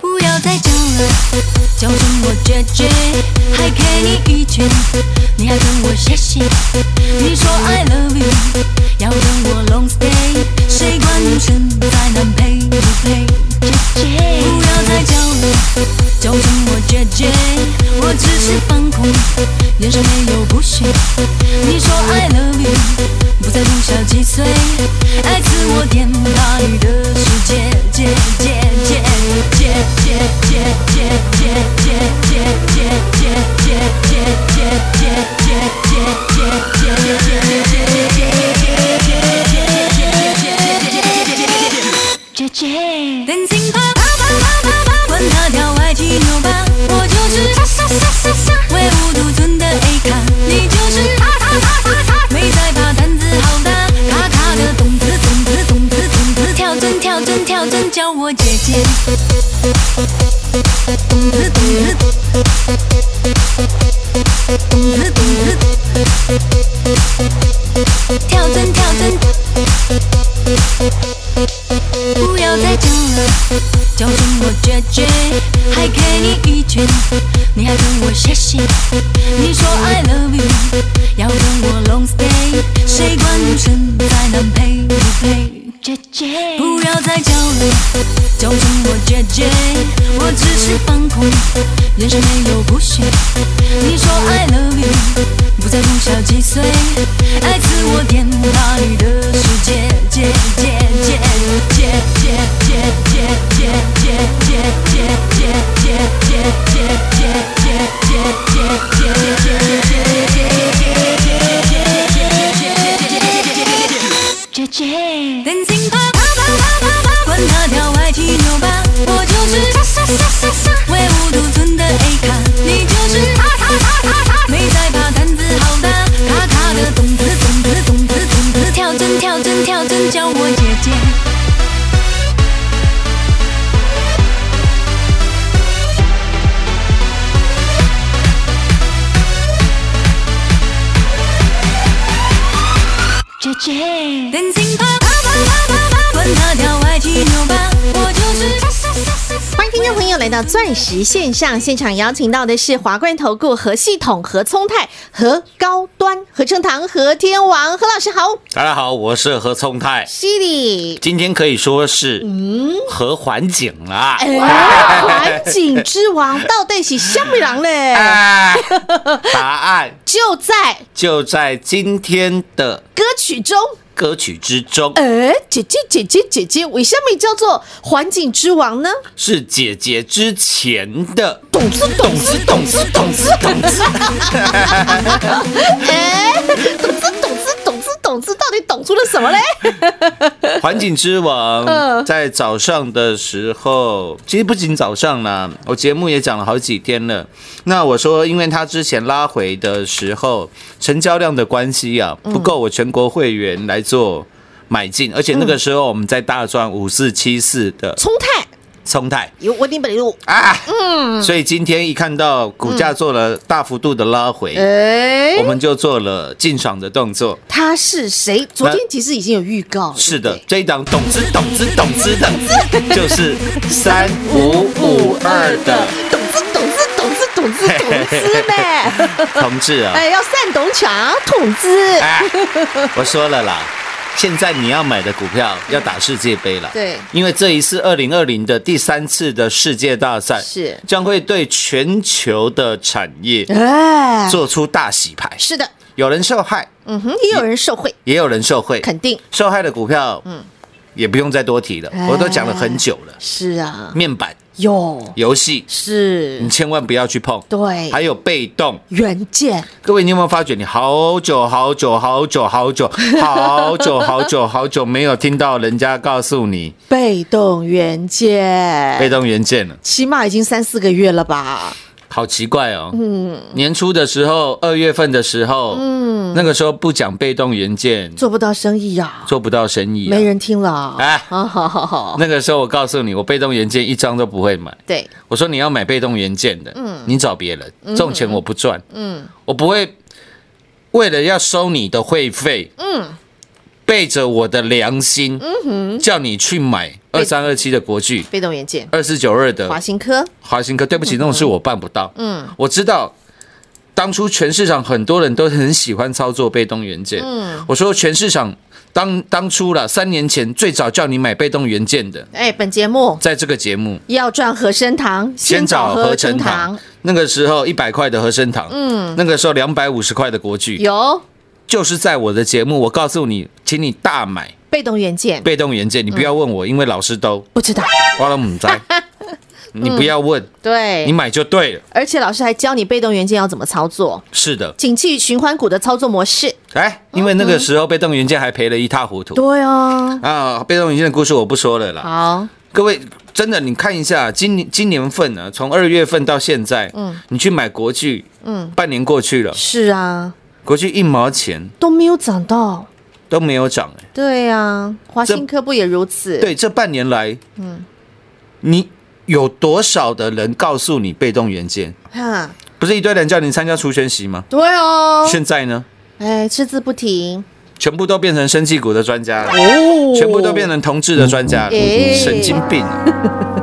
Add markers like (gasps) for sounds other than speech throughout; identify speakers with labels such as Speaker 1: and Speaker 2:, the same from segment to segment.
Speaker 1: 不要再讲了，叫声我姐姐，还给你一拳，你还跟我谢谢。你说 I love you，要跟我 long stay，谁管你身材难配不配？姐姐，不要再叫了，叫声我姐姐，我只是放空，眼神没有不屑。你说 I love you，不在乎小几岁，爱自我天大你的世界，姐姐姐姐姐姐姐姐姐姐姐姐姐姐姐姐姐姐姐姐姐姐姐，Dancing pop pop pop pop pop，管他跳外七扭八，我就是傻傻傻傻傻，唯吾独尊的 A 咖，你就是他他他他他，没在怕胆子好大，卡卡的动子动子动子动子，跳针跳针跳针，叫我姐姐，动子动子动子动子，跳针跳针。不要再讲了，叫声我姐姐，还给你一拳，你还跟我谢谢。你说 I love you，要跟我 long stay，谁管身材难配不配？姐姐，不要再叫了，叫声我姐姐，我只是放空，眼神没有不屑。你说 I love you，不在乎小几岁，爱自我天大你的世界，姐姐姐姐姐姐姐姐姐姐姐姐姐姐姐姐姐姐姐姐姐姐，Dancing pop pop pop pop pop，管他跳外七扭八，我就是傻傻傻傻傻，唯吾独尊的 A 咖，你就是他他他他他，没在怕胆子好大，卡卡的动子动子动子动子，跳针跳针跳针，叫我姐姐。姐姐，Dancing pop pop pop pop pop，管他跳外七扭八，我就是傻傻傻傻傻。
Speaker 2: 欢迎听众朋友来到钻石线上现场，邀请到的是华冠投顾何系统、何聪泰、何高端、何成堂、何天王、何老师好，
Speaker 3: 大家好，我是何聪泰，
Speaker 2: 犀利。
Speaker 3: 今天可以说是何环啊景啦。
Speaker 2: 哎，环境之王到底是香米郎嘞？ (laughs)
Speaker 3: 哎，答案
Speaker 2: 就在
Speaker 3: 就在今天的
Speaker 2: 歌曲中。
Speaker 3: 歌曲之中，
Speaker 2: 哎，姐姐姐姐姐姐，为什么叫做环境之王呢？
Speaker 3: 是姐姐之前的
Speaker 2: 懂子懂子
Speaker 3: 懂之懂之懂之。
Speaker 2: 哎，懂子懂子懂子懂子，到底懂出了什么嘞？
Speaker 3: 环境之
Speaker 2: 嗯
Speaker 3: 王在早上的时候，其实不仅早上啦，我节目也讲了好几天了。那我说，因为他之前拉回的时候，成交量的关系啊，不够我全国会员来做买进，而且那个时候我们在大赚五四七四的
Speaker 2: 冲太
Speaker 3: 冲泰
Speaker 2: 有我顶北路，
Speaker 3: 啊，嗯，所以今天一看到股价做了大幅度的拉回，
Speaker 2: 哎
Speaker 3: 我，们就做了进场的动作。
Speaker 2: 他是谁？昨天其实已经有预告，
Speaker 3: 是
Speaker 2: 对不
Speaker 3: 的
Speaker 2: 对，
Speaker 3: 这一档懂之懂之懂之的，就是三五五二的
Speaker 2: 懂子懂子懂子懂子懂子呢？
Speaker 3: 同志啊！
Speaker 2: 哎，要善懂抢筒子，
Speaker 3: 哎，我说了啦，现在你要买的股票要打世界杯了。
Speaker 2: 对
Speaker 3: 因为这一次二零二零的第三次的世界大赛
Speaker 2: 是
Speaker 3: 将会对全球的产
Speaker 2: (laughs)
Speaker 3: 业
Speaker 2: 哎，
Speaker 3: 做出大洗牌，
Speaker 2: 是的，
Speaker 3: 有人受害，
Speaker 2: 嗯哼，也有人受贿，
Speaker 3: 也有人受贿，
Speaker 2: 肯定哎
Speaker 3: 受害的股票，嗯，也不用再多提了，我都讲了很久了，
Speaker 2: 是啊，
Speaker 3: 面板、
Speaker 2: 有
Speaker 3: 游戏
Speaker 2: 是
Speaker 3: 你，千万不要去碰。
Speaker 2: 对，
Speaker 3: 还有被动，
Speaker 2: 原件
Speaker 3: 各位，你有没有发觉你好久好久好久
Speaker 2: (laughs)
Speaker 3: 好久好久好久好久没有听到人家告诉你
Speaker 2: 被动元件，
Speaker 3: 被动元件了？
Speaker 2: 起码已经三四个月了吧？
Speaker 3: 好奇怪哦。嗯，年初的时候，二月份的时候，嗯，那个时候不讲被动元件，
Speaker 2: 做不到生意呀、
Speaker 3: 做不到生意啊、
Speaker 2: 没人听了。
Speaker 3: 哎
Speaker 2: 好好好好，
Speaker 3: 那个时候我告诉你，我被动元件一张都不会买。
Speaker 2: 对，
Speaker 3: 我说你要买被动元件的，嗯，你找别人，这种钱我不赚，嗯，我不会为了要收你的会费，嗯，背着我的良心，嗯哼，叫你去买二三二七的国巨，
Speaker 2: 被动元件，
Speaker 3: 二四九二的
Speaker 2: 华新科，
Speaker 3: 华新科，对不起，那种事我办不到。嗯，我知道，当初全市场很多人都很喜欢操作被动元件。嗯，我说全市场当当初了，三年前最早叫你买被动元件的，
Speaker 2: 哎，本节目
Speaker 3: 在这个节目
Speaker 2: 要赚和生堂，
Speaker 3: 先找合成
Speaker 2: 成
Speaker 3: 堂，那个时候一百块的合生堂，嗯，那个时候两百五十块的国巨，
Speaker 2: 有
Speaker 3: 就是在我的节目，我告诉你，请你大买
Speaker 2: 被动元件，
Speaker 3: 被动元件，你不要问我，因为老师都
Speaker 2: 不知道。
Speaker 3: 我都 (laughs) 唔知，你不要问，你
Speaker 2: 对，
Speaker 3: 买就对了。
Speaker 2: 而且老师还教你被动元件要怎么操作，
Speaker 3: 是的，
Speaker 2: 景气循环股的操作模式。
Speaker 3: 哎，因为那个时候被动元件还赔了一塌糊涂。
Speaker 2: 对啊，
Speaker 3: 啊，被动元件的故事我不说了啦。
Speaker 2: 好，
Speaker 3: 各位，真的，你看一下今年今年份呢、从二月份到现在，嗯，你去买国巨，嗯，半年过去了，
Speaker 2: 是啊，
Speaker 3: 国巨一毛钱
Speaker 2: 都没有涨到。
Speaker 3: 都没有涨、哎
Speaker 2: 对啊，华
Speaker 3: 这
Speaker 2: 新科不也如此？，
Speaker 3: 对，这半年来，嗯，你有多少的人告诉你被动元件？
Speaker 2: 哈，
Speaker 3: 不是一堆人叫你参加除权息吗？
Speaker 2: 对哦，
Speaker 3: 现在呢，
Speaker 2: 哎，只字不提
Speaker 3: 全部都变成生技股的专家了，
Speaker 2: 哦
Speaker 3: 全部都变成同志的专家了，
Speaker 2: 哎
Speaker 3: 神经病。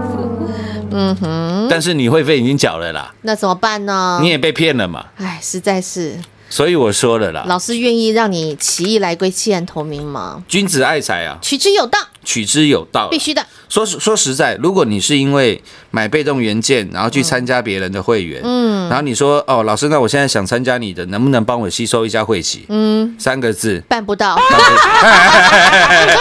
Speaker 2: (laughs)
Speaker 3: 嗯哼，但是你会费已经缴了啦，
Speaker 2: 那怎么办呢？
Speaker 3: 你也被骗了嘛，
Speaker 2: 哎，实在是，
Speaker 3: 所以我说了啦，
Speaker 2: 老师愿意让你起义来归，弃暗投明吗？
Speaker 3: 君子爱财啊，
Speaker 2: 取之有道，
Speaker 3: 取之有道啊。
Speaker 2: 必须的。
Speaker 3: 说实说实在，如果你是因为买被动元件，然后去参加别人的会员，嗯，然后你说哦，老师，那我现在想参加你的，能不能帮我吸收一下会籍？嗯，三个字， (laughs)
Speaker 2: 办不到，
Speaker 3: 办不
Speaker 2: 对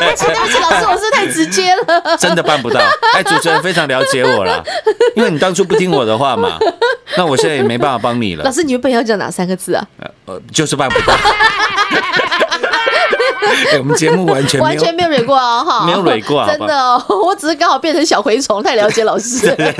Speaker 2: 不起，对不起，老师，我是不是太直接
Speaker 3: (laughs)
Speaker 2: 了。
Speaker 3: 真的
Speaker 2: (laughs)
Speaker 3: 办不到。哎，主持人非常了解我啦，因为你当初不听我的
Speaker 2: (laughs)
Speaker 3: 话嘛，那我现在也没办法帮你
Speaker 2: 老
Speaker 3: 了，
Speaker 2: 师，你原本要讲哪三个字啊？
Speaker 3: 呃，就是办不
Speaker 2: (laughs)
Speaker 3: 到。哎我们节目完全没
Speaker 2: 完
Speaker 3: 有，
Speaker 2: 全没有蕊过哦，哈，
Speaker 3: 没有蕊过好不
Speaker 2: (laughs) 真
Speaker 3: 好
Speaker 2: 的哦，我只是刚好变成小蛔虫，太了解老
Speaker 3: (laughs)
Speaker 2: 师了。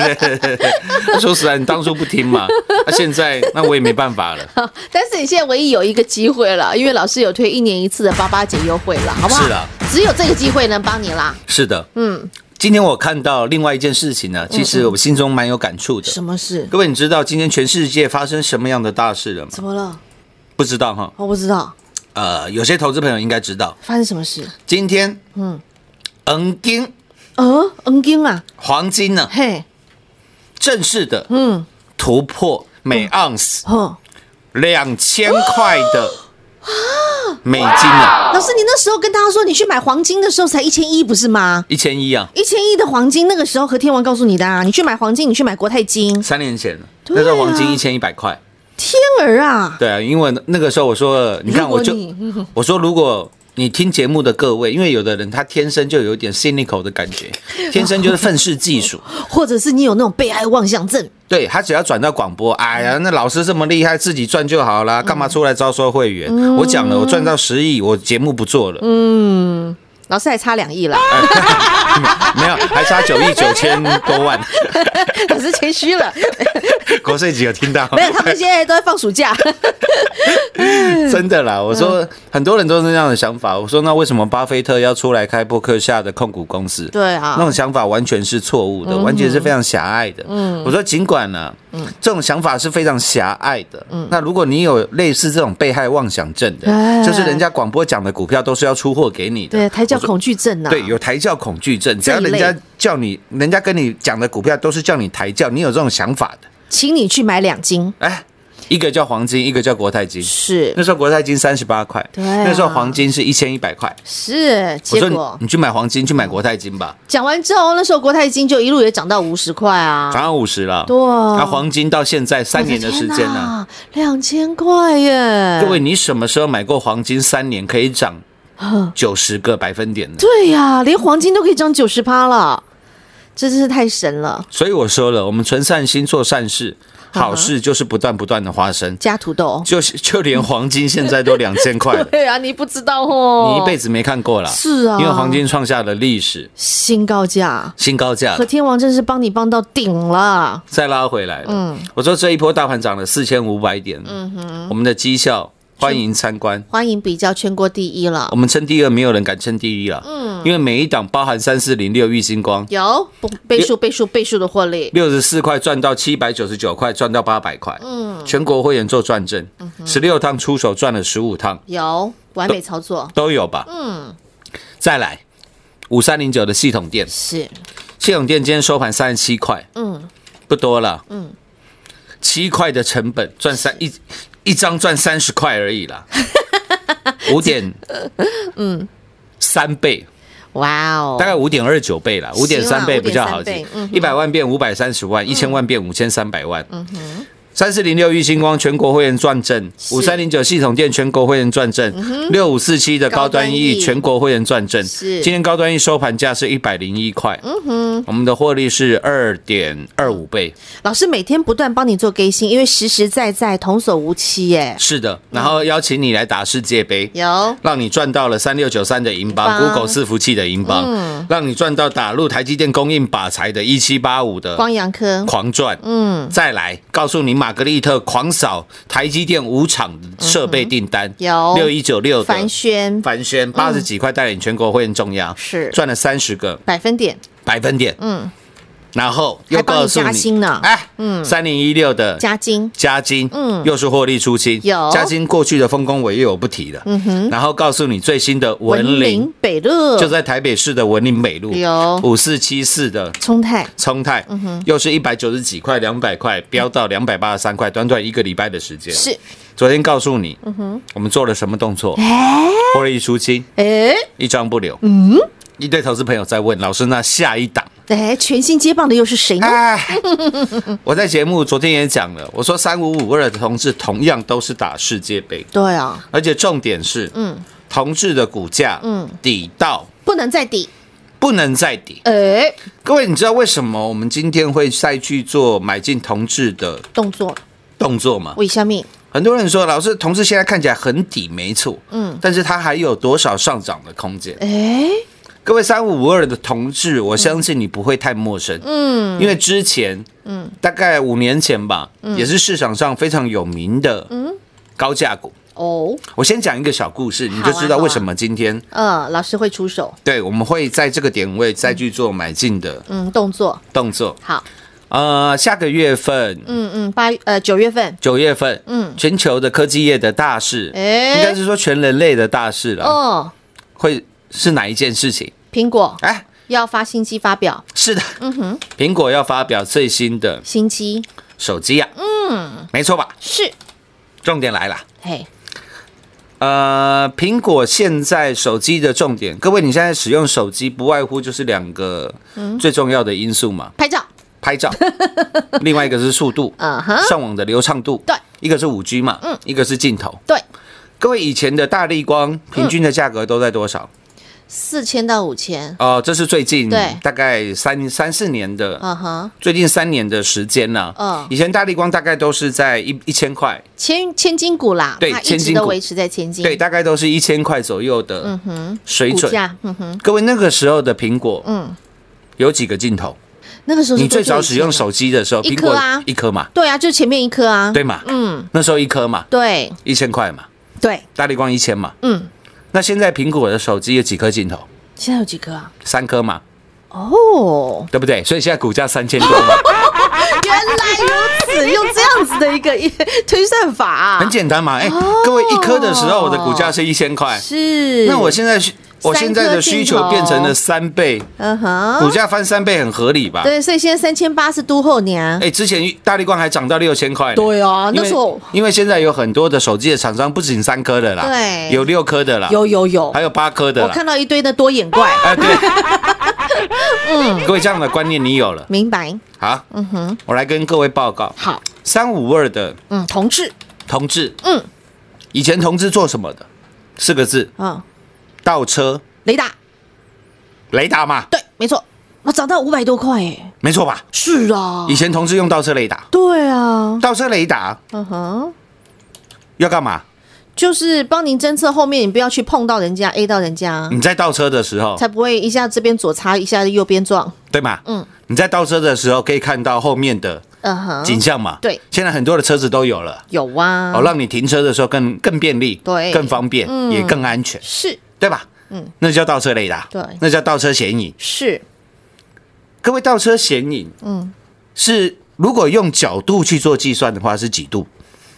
Speaker 3: 说实在，你当初不听嘛，那、现在那我也没办法了。
Speaker 2: 但是你现在唯一有一个机会了，因为老师有推一年一次的八八节优惠了，好不好？
Speaker 3: 是啊，
Speaker 2: 只有这个机会能帮你啦。
Speaker 3: 是的，嗯，今天我看到另外一件事情呢、其实我心中蛮有感触的。
Speaker 2: 嗯什么事？
Speaker 3: 各位，你知道今天全世界发生什么样的大事了吗？
Speaker 2: 怎么了？
Speaker 3: 不知道哈，
Speaker 2: 我不知道
Speaker 3: 呃，有些投资朋友应该知道，
Speaker 2: 发生什么事。
Speaker 3: 今天，嗯，黄金，
Speaker 2: 嗯，嗯金啊，
Speaker 3: 黄金呢
Speaker 2: 嘿，
Speaker 3: 正式的，
Speaker 2: 嗯嗯
Speaker 3: 嗯，突破每盎司
Speaker 2: 哼，
Speaker 3: 两千块的
Speaker 2: 啊
Speaker 3: 美金啊，
Speaker 2: 老师，你那时候跟大家说你去买黄金的时候才一千一，不是吗？
Speaker 3: 一千一啊，
Speaker 2: 一千一的黄金，那个时候和天王告诉你的啊，你去买黄金，你去买国泰金。
Speaker 3: 三年前
Speaker 2: 对啊
Speaker 3: 那时候黄金一千一百块。
Speaker 2: 天儿啊，
Speaker 3: 对啊，因为那个时候我说，你看
Speaker 2: 如果
Speaker 3: 我就
Speaker 2: 你
Speaker 3: 我说，如果你听节目的各位，因为有的人他天生就有一点 cynical 的感 (laughs) 觉，天生就是愤世嫉 (laughs) 俗。
Speaker 2: 或者是你有那种被爱妄想症，
Speaker 3: 对他只要转到广播，哎呀，那老师这么厉害，自己赚就好啦，干嘛出来招收会员？我讲了，我赚到十亿，我节目不做了，
Speaker 2: 老师还差两亿了，
Speaker 3: 哎 (laughs) 没有，还差九亿九千多万。
Speaker 2: (laughs) 老师谦虚了，
Speaker 3: (laughs) 国税局有听到？
Speaker 2: (laughs) 没有，他们现在都在放暑假。
Speaker 3: (laughs) 真的啦，我说很多人都是那样的想法。我说那为什么巴菲特要出来开博客下的控股公司？
Speaker 2: (laughs) 对啊嗯
Speaker 3: 那种想法完全是错误的，完全是非常狭隘的。嗯，我说尽管呢、这种想法是非常狭隘的。嗯，那如果你有类似这种被害妄想症的，
Speaker 2: 哎
Speaker 3: 就是人家广播讲的股票都是要出货给你的，
Speaker 2: 对，才叫
Speaker 3: 我说
Speaker 2: 恐惧症呐、啊
Speaker 3: 对，有抬轿恐惧症，只要
Speaker 2: 这一
Speaker 3: 人
Speaker 2: 类
Speaker 3: 家叫你，人家跟你讲的股票都是叫你抬轿，你有这种想法的，
Speaker 2: 请你去买两斤，
Speaker 3: 哎，一个叫黄金，一个叫国泰金，
Speaker 2: 是
Speaker 3: 那时候国泰金三十八块，
Speaker 2: 对啊
Speaker 3: 那时候黄金是一千一百块。
Speaker 2: 是。
Speaker 3: 我
Speaker 2: 结
Speaker 3: 说你
Speaker 2: 果
Speaker 3: 你去买黄金，去买国泰金吧，
Speaker 2: 讲完之后，那时候国泰金就一路也涨到五十块啊，
Speaker 3: 涨到五十了。
Speaker 2: 对啊
Speaker 3: 那黄金到现在三年的时间呢？
Speaker 2: 呢，两千块耶！
Speaker 3: 各位，你什么时候买过黄金？三年可以涨九十个百分点呢？
Speaker 2: 对呀、连黄金都可以涨九十趴了，这真是太神了，
Speaker 3: 所以我说了，我们存善心做善事，
Speaker 2: 嗯哼
Speaker 3: 好事就是不断不断的发生。
Speaker 2: 加土豆。，
Speaker 3: 就是就连黄金现在都两千块了
Speaker 2: 对啊，你不知道 (laughs) 哦，
Speaker 3: 你一辈子没看过啦。
Speaker 2: 是啊
Speaker 3: 因为黄金创下了历史
Speaker 2: 新高价，
Speaker 3: 新高价
Speaker 2: 和，天王真是帮你帮到顶了。
Speaker 3: 再拉回来了。
Speaker 2: 嗯
Speaker 3: 我说这一波大盘涨了四千五百点，我们的绩效欢迎参观。
Speaker 2: 欢迎比较全国第一了
Speaker 3: 我，们称第二，没有人敢称第一了。因为每一档包含三四零六玉星光，
Speaker 2: 有不倍数倍数倍数的获利，
Speaker 3: 六十四块赚到七百九十九块，赚到八百块。全国会员做转正，十六趟出手赚了十五趟，
Speaker 2: 有完美操作，
Speaker 3: 都有吧？嗯，再来五三零九的系统店，
Speaker 2: 是
Speaker 3: 系统店今天收盘三十七块，嗯，不多了，嗯，七块的成本赚三一一张赚三十块而已 (laughs) 啦，五点，嗯，三倍，
Speaker 2: 哇哦，
Speaker 3: 大概五点二九倍啦，五点三倍比较好
Speaker 2: 5.3
Speaker 3: 记
Speaker 2: 倍嗯，
Speaker 3: 一百万变五百三十万，一千万变五千三百万。三四零六玉星光全国会员转正，五三零九系统店全国会员转正，六五四七的高端
Speaker 2: 嗯高端 E
Speaker 3: 易全国会员转正。
Speaker 2: 是嗯
Speaker 3: 今天高端易收盘价是一百零一块，我们的获利是二点二五倍。
Speaker 2: 老师每天不断帮你做更新，因为实实在在童叟无欺耶。
Speaker 3: 是的，
Speaker 2: 嗯
Speaker 3: 然后邀请你来打世界杯。
Speaker 2: 有
Speaker 3: 让你赚到了三六九三的银
Speaker 2: 银
Speaker 3: 邦
Speaker 2: 邦嗯
Speaker 3: ，Google 伺服器的银邦，让你赚到打入台积电供应靶材的一七八五的
Speaker 2: 光阳科，
Speaker 3: 狂赚，嗯，再来告诉你，玛格丽特狂扫台积电五厂设备订单，
Speaker 2: 嗯有
Speaker 3: 六一九六的
Speaker 2: 凡轩
Speaker 3: 凡轩八十几块带领全国会员重压，
Speaker 2: 是
Speaker 3: 赚了三十个
Speaker 2: 百分点
Speaker 3: 百分点，嗯，然后又
Speaker 2: 还帮你
Speaker 3: 告诉
Speaker 2: 加薪呢
Speaker 3: 哎，嗯，三零一六的
Speaker 2: 加金
Speaker 3: 嘉金，
Speaker 2: 嗯
Speaker 3: 嗯，又是获利出清。
Speaker 2: 有
Speaker 3: 嘉金过去的丰功伟业我不提了，嗯哼，然后告诉你最新的文林，
Speaker 2: 北乐
Speaker 3: 就在台北市的文林北路，
Speaker 2: 有
Speaker 3: 五四七四的
Speaker 2: 冲泰
Speaker 3: 冲泰，又是一百九十几块、两百块，飙到两百八十三块，短短一个礼拜的时间。
Speaker 2: 是
Speaker 3: 昨天告诉你，我们做了什么动作？获利出清，
Speaker 2: 哎
Speaker 3: 一张不留。哎嗯，一堆投资朋友在问老师，那下一档？
Speaker 2: 哎，全新接棒的又是谁呢？
Speaker 3: (laughs) 哎，我在节目昨天也讲了，我说三五五二的同志同样都是打世界杯，
Speaker 2: 对啊，
Speaker 3: 而且重点是，嗯，同志的股价，嗯，底到
Speaker 2: 不能再抵，
Speaker 3: 不能再底。
Speaker 2: 哎，
Speaker 3: 各位，你知道为什么我们今天会再去做买进同志的
Speaker 2: 动作
Speaker 3: 动作吗？
Speaker 2: 为下面
Speaker 3: 很多人说，老师，同志现在看起来很底，没错，嗯，但是它还有多少上涨的空间？
Speaker 2: 哎，
Speaker 3: 各位三五五二的同志，我相信你不会太陌生，嗯，因为之前，嗯，大概五年前吧，
Speaker 2: 嗯
Speaker 3: 也是市场上非常有名的，嗯，高价股。
Speaker 2: 哦，
Speaker 3: 我先讲一个小故事，你就知
Speaker 2: 好啊
Speaker 3: 道为什么今天、
Speaker 2: 呃，老师会出手，
Speaker 3: 对我们会在这个点位再去做买进的
Speaker 2: 嗯，动作
Speaker 3: 动作。
Speaker 2: 好，
Speaker 3: 呃，下个月份，
Speaker 2: 嗯嗯，八呃九月份，
Speaker 3: 九月份，
Speaker 2: 嗯
Speaker 3: 嗯，全球的科技业的大事，
Speaker 2: 哎
Speaker 3: 应该是说全人类的大事了，
Speaker 2: 哦，
Speaker 3: 会是哪一件事情？
Speaker 2: 苹果
Speaker 3: 哎，
Speaker 2: 要发新机发表，
Speaker 3: 是的，嗯哼，苹果要发表最新的
Speaker 2: 新机
Speaker 3: 手机呀、啊，嗯，没错吧？
Speaker 2: 是，
Speaker 3: 重点来了，
Speaker 2: 嘿，
Speaker 3: 呃，苹果现在手机的重点，各位你现在使用手机不外乎就是两个最重要的因素嘛，
Speaker 2: 拍照，
Speaker 3: 拍 (laughs) 照，另外一个是速度，
Speaker 2: 嗯哼
Speaker 3: 上网的流畅度，
Speaker 2: 对，
Speaker 3: 一个是五 G 嘛，啊嗯，一个是镜头。
Speaker 2: 对，
Speaker 3: 各位以前的大力光平均的价格都在多少？
Speaker 2: 四千到五千，
Speaker 3: 哦，这是最近
Speaker 2: 对
Speaker 3: 大概三三四年的，
Speaker 2: 嗯哼，
Speaker 3: 最近三年的时间呢、
Speaker 2: 嗯
Speaker 3: 以前大力光大概都是在一一千块，
Speaker 2: 千千金股啦，
Speaker 3: 对
Speaker 2: 它一
Speaker 3: 千
Speaker 2: 直
Speaker 3: 金
Speaker 2: 都
Speaker 3: 股
Speaker 2: 维持在千金，
Speaker 3: 对，，大概都是一千块左右的水
Speaker 2: 嗯股
Speaker 3: 准。
Speaker 2: 价，嗯哼，
Speaker 3: 各位那个时候的苹果，嗯，有几个镜头？
Speaker 2: 那个时候是
Speaker 3: 你最
Speaker 2: 多久
Speaker 3: 早
Speaker 2: 以
Speaker 3: 使用
Speaker 2: 前啊，
Speaker 3: 手机的时候，
Speaker 2: 一
Speaker 3: 苹
Speaker 2: 颗
Speaker 3: 果
Speaker 2: 啊
Speaker 3: 一颗嘛，
Speaker 2: 对啊，就前面一颗啊，
Speaker 3: 对嘛？
Speaker 2: 嗯，
Speaker 3: 那时候一颗嘛，
Speaker 2: 对
Speaker 3: 一千块嘛，
Speaker 2: 对，
Speaker 3: 大力光一千嘛。
Speaker 2: 嗯，
Speaker 3: 那现在苹果的手机有几颗镜头？
Speaker 2: 现在有几颗啊？
Speaker 3: 三颗嘛，
Speaker 2: 哦，
Speaker 3: 对不对？所以现在股价三千多嘛。
Speaker 2: (laughs) 原来如此，用这样子的一个推算法啊，
Speaker 3: 很简单嘛，哎、各位一颗的时候，我的股价是一千块，
Speaker 2: 哦是，
Speaker 3: 那我现在需我现在的需
Speaker 2: 三颗镜
Speaker 3: 求
Speaker 2: 头
Speaker 3: 变成了三倍，
Speaker 2: 嗯
Speaker 3: 股
Speaker 2: 哼，
Speaker 3: 价翻三倍很合理吧？
Speaker 2: 对，所以现在三千八是都后年
Speaker 3: 啊哎、，之前大力光还涨到六千块呢，
Speaker 2: 对啊
Speaker 3: 因为
Speaker 2: 那时候
Speaker 3: 因为现在有很多的手机的厂商不仅三颗的啦，
Speaker 2: 对
Speaker 3: 有六颗的啦，
Speaker 2: 有有有，
Speaker 3: 还有八颗的
Speaker 2: 我
Speaker 3: 啦，
Speaker 2: 看到一堆的多眼怪，(laughs)
Speaker 3: 哎、对，嗯，各位这样的观念你有了，
Speaker 2: 明白，
Speaker 3: 好，嗯哼，我来跟各位报告，
Speaker 2: 好，
Speaker 3: 三五二的
Speaker 2: 嗯，同志，
Speaker 3: 同志，
Speaker 2: 嗯，
Speaker 3: 以前同志做什么的？四个字，
Speaker 2: 嗯，
Speaker 3: 倒车
Speaker 2: 雷达，
Speaker 3: 雷达嘛，
Speaker 2: 对，没错，我涨到五百多块哎，
Speaker 3: 没错吧？
Speaker 2: 是啊
Speaker 3: 以，前同志用倒车雷达，
Speaker 2: 对啊，
Speaker 3: 倒车雷达
Speaker 2: 嗯哼，
Speaker 3: 要干嘛？
Speaker 2: 就是帮您侦测后面，你不要去碰到人家，A 到人家，
Speaker 3: 你在倒车的时候，
Speaker 2: 才不会一下这边左擦，一下右边撞。
Speaker 3: 对吗？
Speaker 2: 嗯，
Speaker 3: 你在倒车的时候可以看到后面的
Speaker 2: 嗯哼，
Speaker 3: 景象嘛？
Speaker 2: 对，
Speaker 3: 现在很多的车子都有了，
Speaker 2: 有啊，
Speaker 3: 哦，让你停车的时候更更便利，
Speaker 2: 对嗯
Speaker 3: 更方便，也更安全，
Speaker 2: 是
Speaker 3: 对吧？
Speaker 2: 嗯，
Speaker 3: 那叫倒车雷达，
Speaker 2: 对
Speaker 3: 那叫倒车显影。
Speaker 2: 是，
Speaker 3: 各位，倒车显影，嗯，是如果用角度去做计算的话是几度？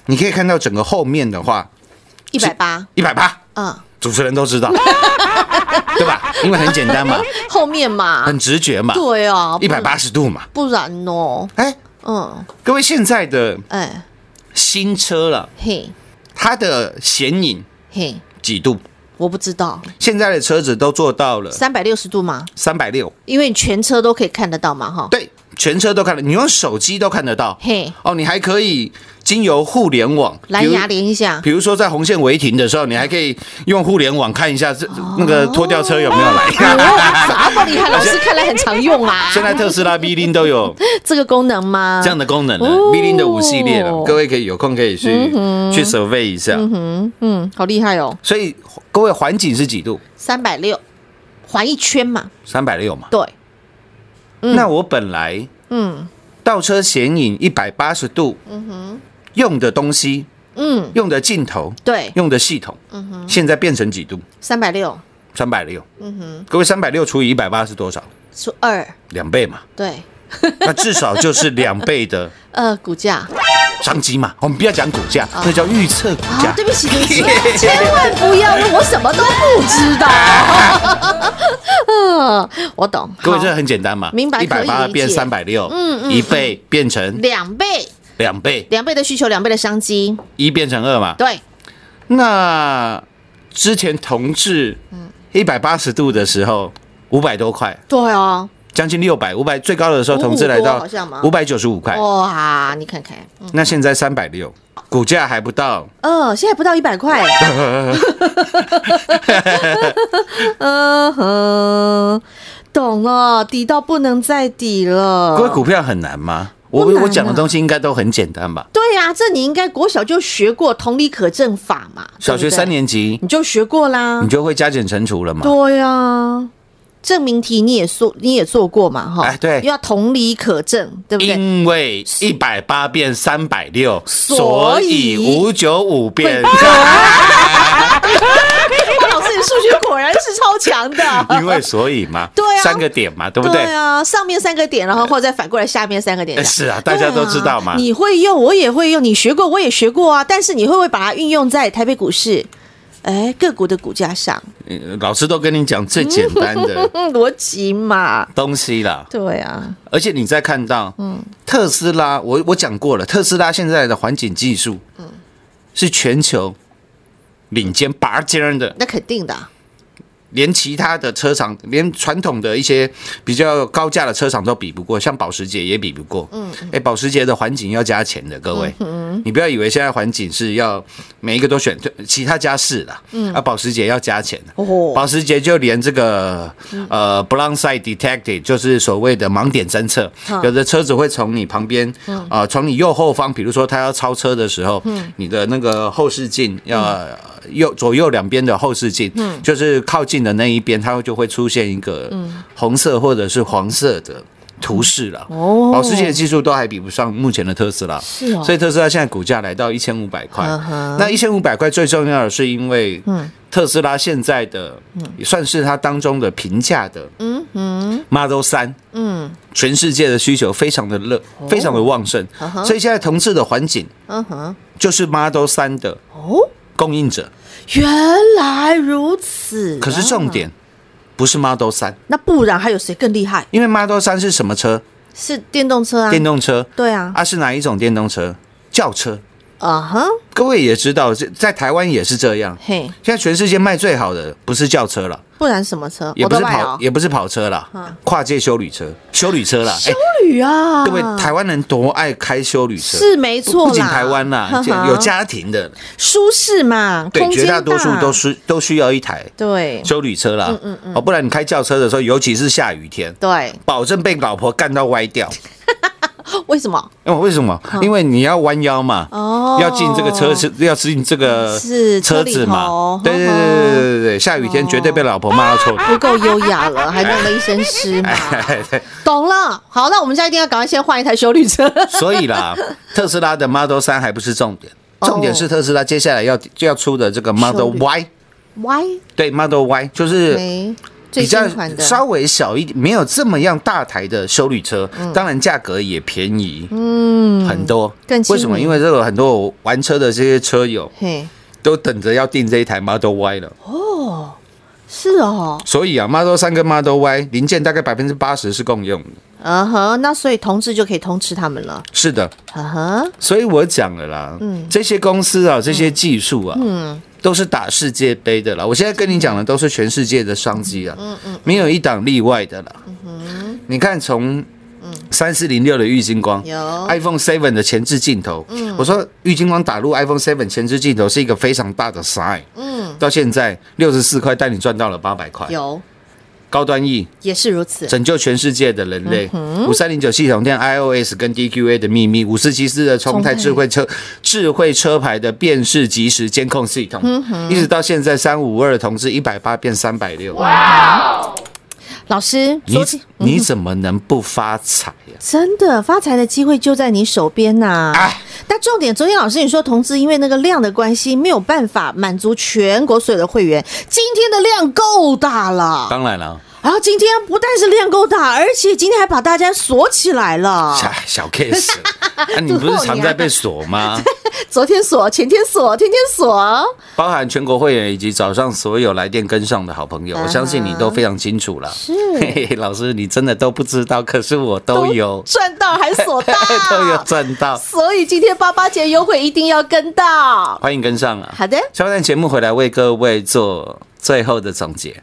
Speaker 3: 你可以看到整个后面的话，
Speaker 2: 一百八，
Speaker 3: 一百八，
Speaker 2: 嗯，
Speaker 3: 主持人
Speaker 2: (laughs)
Speaker 3: 都知道，对吧？因为很简单嘛，
Speaker 2: 后面嘛，
Speaker 3: 很直觉嘛，
Speaker 2: 啊对啊，
Speaker 3: 一百八十度嘛。
Speaker 2: 不然哦，
Speaker 3: 哎，
Speaker 2: 嗯，
Speaker 3: 各位，现在的
Speaker 2: 哎，
Speaker 3: 新车了，
Speaker 2: 嘿
Speaker 3: 它的显影
Speaker 2: 嘿，
Speaker 3: 几度？
Speaker 2: 我不知道，
Speaker 3: 现在的车子都做到了
Speaker 2: 三百六十度嘛，
Speaker 3: 三百六，
Speaker 2: 因为你全车都可以看得到嘛，哈，
Speaker 3: 对，全车都看得，你用手机都看得到。
Speaker 2: 嘿，
Speaker 3: 哦，你还可以经由互联网
Speaker 2: 蓝牙
Speaker 3: 比如
Speaker 2: 连一下，
Speaker 3: 比如说在红线违停的时候，你还可以用互联网看一下这、
Speaker 2: 哦
Speaker 3: 那个拖吊车有没有
Speaker 2: (laughs)
Speaker 3: 来。
Speaker 2: 哎阿伯厉害，老师看来很常用啊，
Speaker 3: (laughs) 现在特斯拉 B 零都有
Speaker 2: 这个功能吗？
Speaker 3: 这样的功能
Speaker 2: 哦
Speaker 3: 了，B 零的五系列了，各位可以有空可以去、去 survey 一下。
Speaker 2: 嗯嗯，好厉害哦，
Speaker 3: 所以各位环景是几度？
Speaker 2: 三百六，环一圈嘛，
Speaker 3: 三百六嘛。
Speaker 2: 对，
Speaker 3: 那我本来
Speaker 2: 嗯
Speaker 3: 倒车显影一百八十度，用的东西、
Speaker 2: 嗯，
Speaker 3: 用的镜头、
Speaker 2: 对，嗯
Speaker 3: 用的系统，现在变成几度？
Speaker 2: 三百六
Speaker 3: 三百六。
Speaker 2: 嗯
Speaker 3: 各位，三百六除以一百八是多少？
Speaker 2: 除二，
Speaker 3: 两
Speaker 2: (laughs)
Speaker 3: 倍嘛，
Speaker 2: 对，
Speaker 3: 那至少就是两倍的
Speaker 2: 呃，股价。
Speaker 3: 商机嘛。我们不要讲股价，那叫预测股
Speaker 2: 啊
Speaker 3: 价，。
Speaker 2: 对不起，对不
Speaker 3: (laughs)
Speaker 2: 起，千万不要用，我什么都不知道。 (laughs) 嗯，我懂。
Speaker 3: 各位，
Speaker 2: 好
Speaker 3: 这很简单嘛，
Speaker 2: 明白可
Speaker 3: 一
Speaker 2: 以
Speaker 3: 百
Speaker 2: 理
Speaker 3: 八
Speaker 2: 解
Speaker 3: 变三百六，
Speaker 2: 嗯嗯嗯
Speaker 3: 一倍变成
Speaker 2: 两倍，
Speaker 3: 两倍，
Speaker 2: 两倍的需求，两倍的商机，
Speaker 3: 一变成二嘛。
Speaker 2: 对，
Speaker 3: 那之前同志
Speaker 2: 嗯
Speaker 3: 一百八十度的时候，五百多块，
Speaker 2: 对哦，
Speaker 3: 将近六百，五百最高的时候，
Speaker 2: 555
Speaker 3: 同志来
Speaker 2: 好
Speaker 3: 到
Speaker 2: 像吗哦
Speaker 3: 五百九十五块，
Speaker 2: 哇，你看看，嗯
Speaker 3: 那现在三百六，股价还不到，
Speaker 2: 呃，现在不到一百
Speaker 3: (laughs)
Speaker 2: 块，嗯哼，懂了，抵到不能再抵了。
Speaker 3: 各位股票很难吗？我
Speaker 2: 哦不难啊
Speaker 3: 我讲的东西应该都很简单吧？
Speaker 2: 对呀、这你应该国小就学过同理可证法嘛，
Speaker 3: 小学
Speaker 2: 对不对
Speaker 3: 三年级
Speaker 2: 你就学过啦，
Speaker 3: 你就会加减乘除了嘛？
Speaker 2: 对呀、证明题你也做你也做过嘛哈？
Speaker 3: 哎对
Speaker 2: 要同理可证，对不对？
Speaker 3: 因为一百八变三百六，
Speaker 2: 所
Speaker 3: 所
Speaker 2: 以啊
Speaker 3: 以五九五变。
Speaker 2: 哇，老师你数学果然是超强的。
Speaker 3: (laughs) 因为所以嘛，
Speaker 2: 对啊
Speaker 3: 三个点嘛，对不对？
Speaker 2: 啊，上面三个点，然后或者再反过来下面三个点。
Speaker 3: 哎是啊大家都知道嘛
Speaker 2: 对啊你会用，我也会用，你学过，我也学过啊。但是你会不会把它运用在台北股市，哎，个股的股价上？
Speaker 3: 嗯老师都跟你讲最简单 (laughs) 的
Speaker 2: 嗯，逻辑嘛。
Speaker 3: 东西啦，
Speaker 2: 对啊，
Speaker 3: 而且你再看到，嗯，特斯拉，我我讲过了，特斯拉现在的环境技术，嗯，是全球领先拔尖的，
Speaker 2: 那肯定的啊。
Speaker 3: 连其他的车厂，连传统的一些比较高价的车厂都比不过，像保时捷也比不过。嗯，哎，保时捷的环景要加钱的，各位，你不要以为现在环景是要每一个都选，其他家是啦，嗯，啊，保时捷要加钱的。
Speaker 2: 哦
Speaker 3: 保时捷就连这个呃 blind side detective，就是所谓的盲点侦测，
Speaker 2: 嗯
Speaker 3: 有的车子会从你旁边啊，从你右后方，比如说它要超车的时候，
Speaker 2: 嗯
Speaker 3: 你的那个后视镜要呃右左右两边的后视镜，
Speaker 2: 嗯
Speaker 3: 就是靠近的那一边，它就会出现一个红色或者是黄色的。图示了，
Speaker 2: 哦
Speaker 3: 保时捷的技术都还比不上目前的特斯拉，
Speaker 2: 是哦
Speaker 3: 所以特斯拉现在股价来到一千五百块
Speaker 2: 嗯哼，嗯
Speaker 3: 那一千五百块最重要的是因为，特斯拉现在的也算是它当中的平价的，
Speaker 2: 嗯嗯
Speaker 3: Model 三，
Speaker 2: 嗯哦
Speaker 3: 全世界的需求非常的热，非常的旺盛
Speaker 2: 嗯哼，
Speaker 3: 所以现在同志的环境
Speaker 2: 嗯哼，
Speaker 3: 就是 Model 三的
Speaker 2: 哦。
Speaker 3: 供应者，
Speaker 2: 原来如此、
Speaker 3: 可是重，点不是 Model 三，
Speaker 2: 那不然还有谁更厉害？
Speaker 3: 因为 Model 三是什么车？
Speaker 2: 是电动车啊，
Speaker 3: 电动车，
Speaker 2: 对啊，
Speaker 3: 啊是哪一种电动车？轿车。
Speaker 2: 啊哈，
Speaker 3: 各位也知道，这在台湾也是这样。
Speaker 2: 嘿，
Speaker 3: 现在全世界卖最好的不是轿车了，
Speaker 2: 不然什么车？
Speaker 3: 也不是
Speaker 2: Autobike
Speaker 3: 跑
Speaker 2: 哦，
Speaker 3: 也不是跑车啦，
Speaker 2: 嗯
Speaker 3: 跨界修旅车，修旅车啦。哎，
Speaker 2: 旅啊，
Speaker 3: 各位台湾人多爱开修旅车，
Speaker 2: 是没错啦，
Speaker 3: 不仅台湾啦
Speaker 2: 呵，呵
Speaker 3: 有家庭的，
Speaker 2: 舒适嘛，
Speaker 3: 对，
Speaker 2: 空
Speaker 3: 绝
Speaker 2: 间
Speaker 3: 大多数都是都需要一台
Speaker 2: 对
Speaker 3: 修旅
Speaker 2: 嗯
Speaker 3: 车啦。哦，不然你开轿车的时候，尤其是下雨天，
Speaker 2: 对，
Speaker 3: 保证被老婆干到歪掉。哦
Speaker 2: 为什么？
Speaker 3: (gasps) 因为为什么？因为你要弯腰嘛，
Speaker 2: 嗯哦嗯
Speaker 3: 要进这个车是要进这个
Speaker 2: 是
Speaker 3: 车
Speaker 2: 车
Speaker 3: 子
Speaker 2: 里
Speaker 3: 嘛
Speaker 2: 头，嗯
Speaker 3: 对对对对对对对对，下雨天绝对被老婆骂到臭头。
Speaker 2: 不够优雅
Speaker 3: (laughs)
Speaker 2: 了，还弄了一身湿嘛？哦懂了，好，那我们现在一定要赶快先换一台修旅
Speaker 3: (laughs)
Speaker 2: 车。
Speaker 3: 所以啦，特斯拉的 Model 三还不是重点，
Speaker 2: 哦
Speaker 3: 重点是特斯拉接下来要就要出的这个 Model Y，
Speaker 2: Y
Speaker 3: 对 Model Y 就是。
Speaker 2: 没最
Speaker 3: 比较
Speaker 2: 新款的，
Speaker 3: 稍微小一点，没有这么样大台的修旅车，
Speaker 2: 嗯
Speaker 3: 当然价格也便宜，嗯，很多
Speaker 2: 更。亲
Speaker 3: 为什么？
Speaker 2: 民
Speaker 3: 因为这个很多我玩车的这些车友
Speaker 2: 嘿，
Speaker 3: 都等着要订这一台 Model Y 了，
Speaker 2: 是哦，
Speaker 3: 所以啊，Model 三跟 Model Y 零件大概百分之八十是共用的。
Speaker 2: 嗯哼，那所以同志就可以通吃他们了，
Speaker 3: 是的，
Speaker 2: 嗯哼，
Speaker 3: 所以我讲了啦，
Speaker 2: 嗯
Speaker 3: 这些公司啊，这些技术啊，都是打世界杯的啦。我现在跟你讲的都是全世界的商机
Speaker 2: 嗯
Speaker 3: 啊，没有一档例外的啦。你看从。三四零六的玉金光
Speaker 2: 嗯有嗯
Speaker 3: iPhone Seven 的前置镜头，我说玉金光打入 iPhone Seven 前置镜头是一个非常大的 sign，
Speaker 2: 嗯，
Speaker 3: 到现在六十四块带你赚到了八百块，
Speaker 2: 有
Speaker 3: 高端 E
Speaker 2: 也是如此，
Speaker 3: 拯救全世界的人类。五三零九系统店 iOS 跟 DQA 的秘密，五四七四的冲
Speaker 2: 冲
Speaker 3: 泰
Speaker 2: 泰
Speaker 3: 智慧车智慧车牌的辨识即时监控系统，一直到现在三五二同志一百八变三百六，
Speaker 2: 老师，
Speaker 3: 你
Speaker 2: 昨天
Speaker 3: 你怎么能不发财呀、
Speaker 2: 真的发财的机会就在你手边呐、
Speaker 3: 哎
Speaker 2: 但重点，昨天老师你说，同志因为那个量的关系，没有办法满足全国所有的会员。今天的量够大了，
Speaker 3: 当然了，
Speaker 2: 然后今天不但是量够大，而且今天还把大家锁起来了。
Speaker 3: 小小 case，那、 (laughs) 你不是常在被锁 (laughs) 吗？
Speaker 2: 昨天锁，前天锁，天天锁，
Speaker 3: 包含全国会员以及早上所有来电跟上的好朋友，我相信你都非常清楚了。
Speaker 2: 是
Speaker 3: 嘿嘿，老师你真的都不知道，可是我都有。，
Speaker 2: 赚到还锁到
Speaker 3: (laughs) 都有赚到，
Speaker 2: 所以今天八八节优惠一定要跟到。
Speaker 3: 欢迎跟上啊！
Speaker 2: 好的
Speaker 3: 下半节目回来为各位做最后的总结。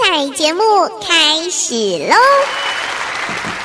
Speaker 4: 彩节目开始喽！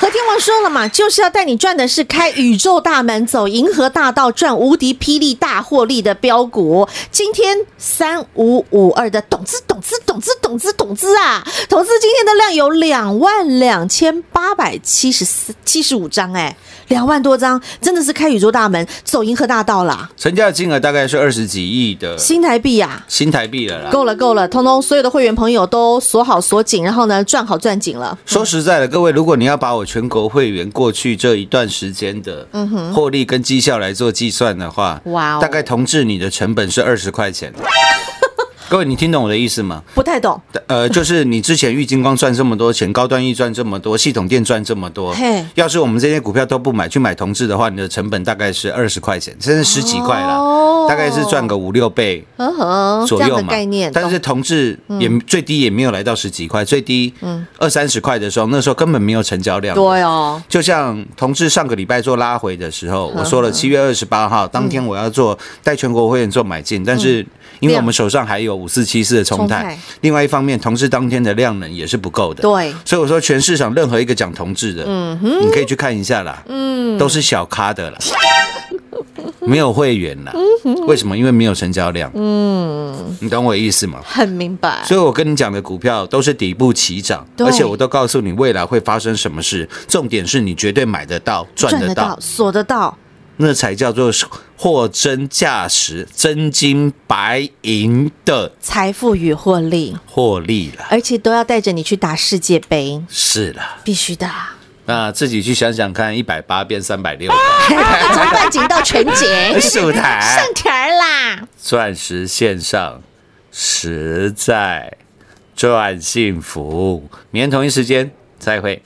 Speaker 2: 和天王说了嘛，就是要带你赚的是开宇宙大门，走银河大道，赚无敌霹雳大获利的标股。今天三五五二的董资董资董资董资董资啊，董资今天的量有两万两千八百七十四七十五张，哎，两万多张，真的是开宇宙大门，走银河大道啦，
Speaker 3: 成交的金额大概是二十几亿的
Speaker 2: 新台币呀、啊。
Speaker 3: 新台币了啦。
Speaker 2: 够了，够了，通通所有的会员朋友都锁好锁紧，然后呢赚好赚紧了。
Speaker 3: 说实在的，各位，如果你要把我全国会员过去这一段时间的获利跟绩效来做计算的话，
Speaker 2: 嗯哇哦
Speaker 3: 大概同治你的成本是二十
Speaker 2: (laughs)
Speaker 3: 块钱。各位，你听懂我的意思吗？
Speaker 2: 不太懂，
Speaker 3: 呃，就是你之前玉金光赚这么多钱，高端玉赚这么多，系统店赚这么多
Speaker 2: 嘿，
Speaker 3: 要是我们这些股票都不买，去买同志的话，你的成本大概是二十块钱，甚至十几块啦，
Speaker 2: 哦
Speaker 3: 大概是赚个五六倍
Speaker 2: 呵呵，这
Speaker 3: 左
Speaker 2: 样
Speaker 3: 右
Speaker 2: 的
Speaker 3: 嘛。
Speaker 2: 概念。嗯
Speaker 3: 但是同志也、最低也没有来到十几块，最低二三十块的时候，那时候根本没有成交量。
Speaker 2: 对哦，
Speaker 3: 就像同志上个礼拜做拉回的时候，我说了七月二十八号当天我要做带全国会员做买进，但是因为我们手上还有五四七四的冲
Speaker 2: 冲
Speaker 3: 泰
Speaker 2: 泰，
Speaker 3: 另外一方面同志当天的量能也是不够的，
Speaker 2: 对
Speaker 3: 所以我说全市场任何一个讲同志的，你可以去看一下啦，嗯，都是小咖的啦。没有会员啦。为什么？因为没有成交量。
Speaker 5: 嗯，
Speaker 3: 你懂我意思吗？
Speaker 5: 很明白。
Speaker 3: 所以我跟你讲的股票都是底部起涨，
Speaker 5: 对
Speaker 3: 而且我都告诉你未来会发生什么事。重点是你绝对买得到、赚得到，
Speaker 5: 锁得到，
Speaker 3: 那才叫做货真价实、真金白银的
Speaker 5: 财富与获利，
Speaker 3: 获利了。
Speaker 5: 而且都要带着你去打世界杯，
Speaker 3: 是了，
Speaker 5: 必须的啊。
Speaker 3: 那自己去想想看，一百八变三百六，，
Speaker 5: 从半景到全节
Speaker 3: (laughs) 数台
Speaker 5: 哎 (laughs) 上台儿啦！
Speaker 3: 钻石线上实在赚幸福。明天同一时间再会。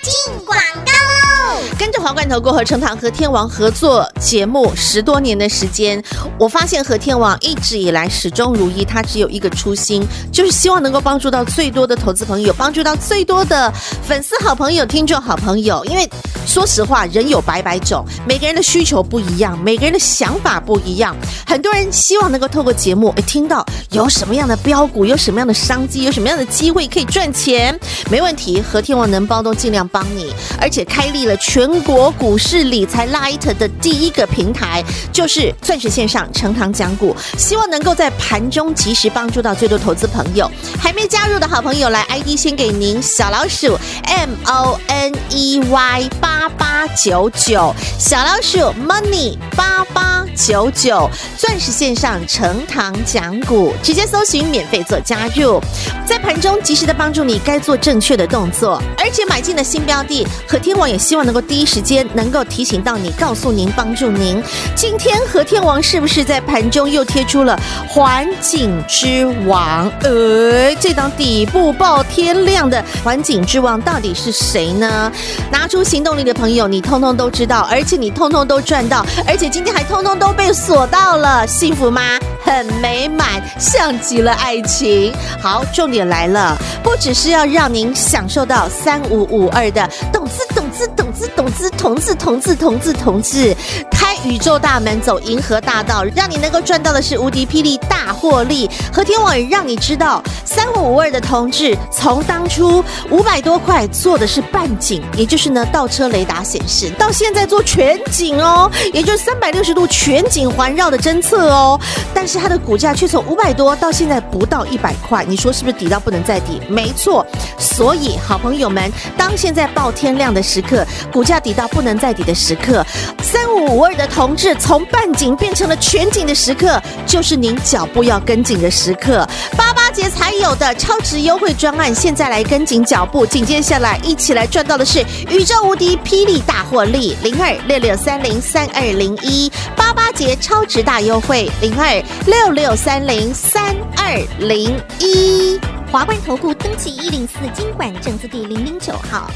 Speaker 2: 进广告喽！
Speaker 5: 跟着皇冠投顾和成堂和天王合作节目十多年的时间，我发现和天王一直以来始终如一，他只有一个初心，就是希望能够帮助到最多的投资朋友，帮助到最多的粉丝好朋友、听众好朋友。因为说实话，人有百百种，每个人的需求不一样，每个人的想法不一样。很多人希望能够透过节目，诶，听到有什么样的标股，有什么样的商机，有什么样的机会可以赚钱，没问题，和天王能帮都尽量帮你。而且开立了全国股市理财 Light 的第一个平台，就是钻石线上成堂讲股，希望能够在盘中及时帮助到最多投资朋友。还没加入的好朋友来 ID 先给您小老鼠 M O N E Y 八八九九，小老鼠 Money 八八九九，钻石线上成堂讲股，直接搜寻免费做加入，在盘中及时的帮助你该做正确的动作，而且买进的新标的和天王也希望能够第一时间能够提醒到你，告诉您，帮助您。今天和天王是不是在盘中又贴出了环境之王？呃，这档底部爆天量的环境之王到底是谁呢？拿出行动力的朋友，你通通都知道，而且你通通都赚到，而且今天还通通都被锁到了，幸福吗？很美满，像极了爱情。好，重点来了，不只是要让您享受到三五五二的懂字懂字懂字懂字同志同志同志同志，开宇宙大门走银河大道，让你能够赚到的是无敌霹雳大获利。和天网让你知道，三五五二的同志从当初五百多块做的是半景，也就是呢倒车雷达显示，到现在做全景哦，也就是三百六十度全景环绕的侦测哦。但是它的股价却从五百多到现在不到一百块，你说是不是抵到不能再抵？没错，所以好朋友们，当现在爆天量的时刻，股价抵到不能再抵的时刻，三五五二的同志从半景变成了全景的时刻，就是您脚步要跟紧的时刻。八八节才有的超值优惠专案，现在来跟紧脚步，紧接下来一起来赚到的是宇宙无敌霹雳大获利零二六六三零三二零一八八节超值大优惠零二六六三零三二零一。
Speaker 6: 华冠投顾登记一零四经管证字第零零九号。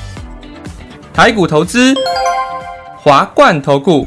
Speaker 7: 台股投资，华冠投顾，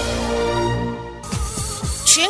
Speaker 8: 全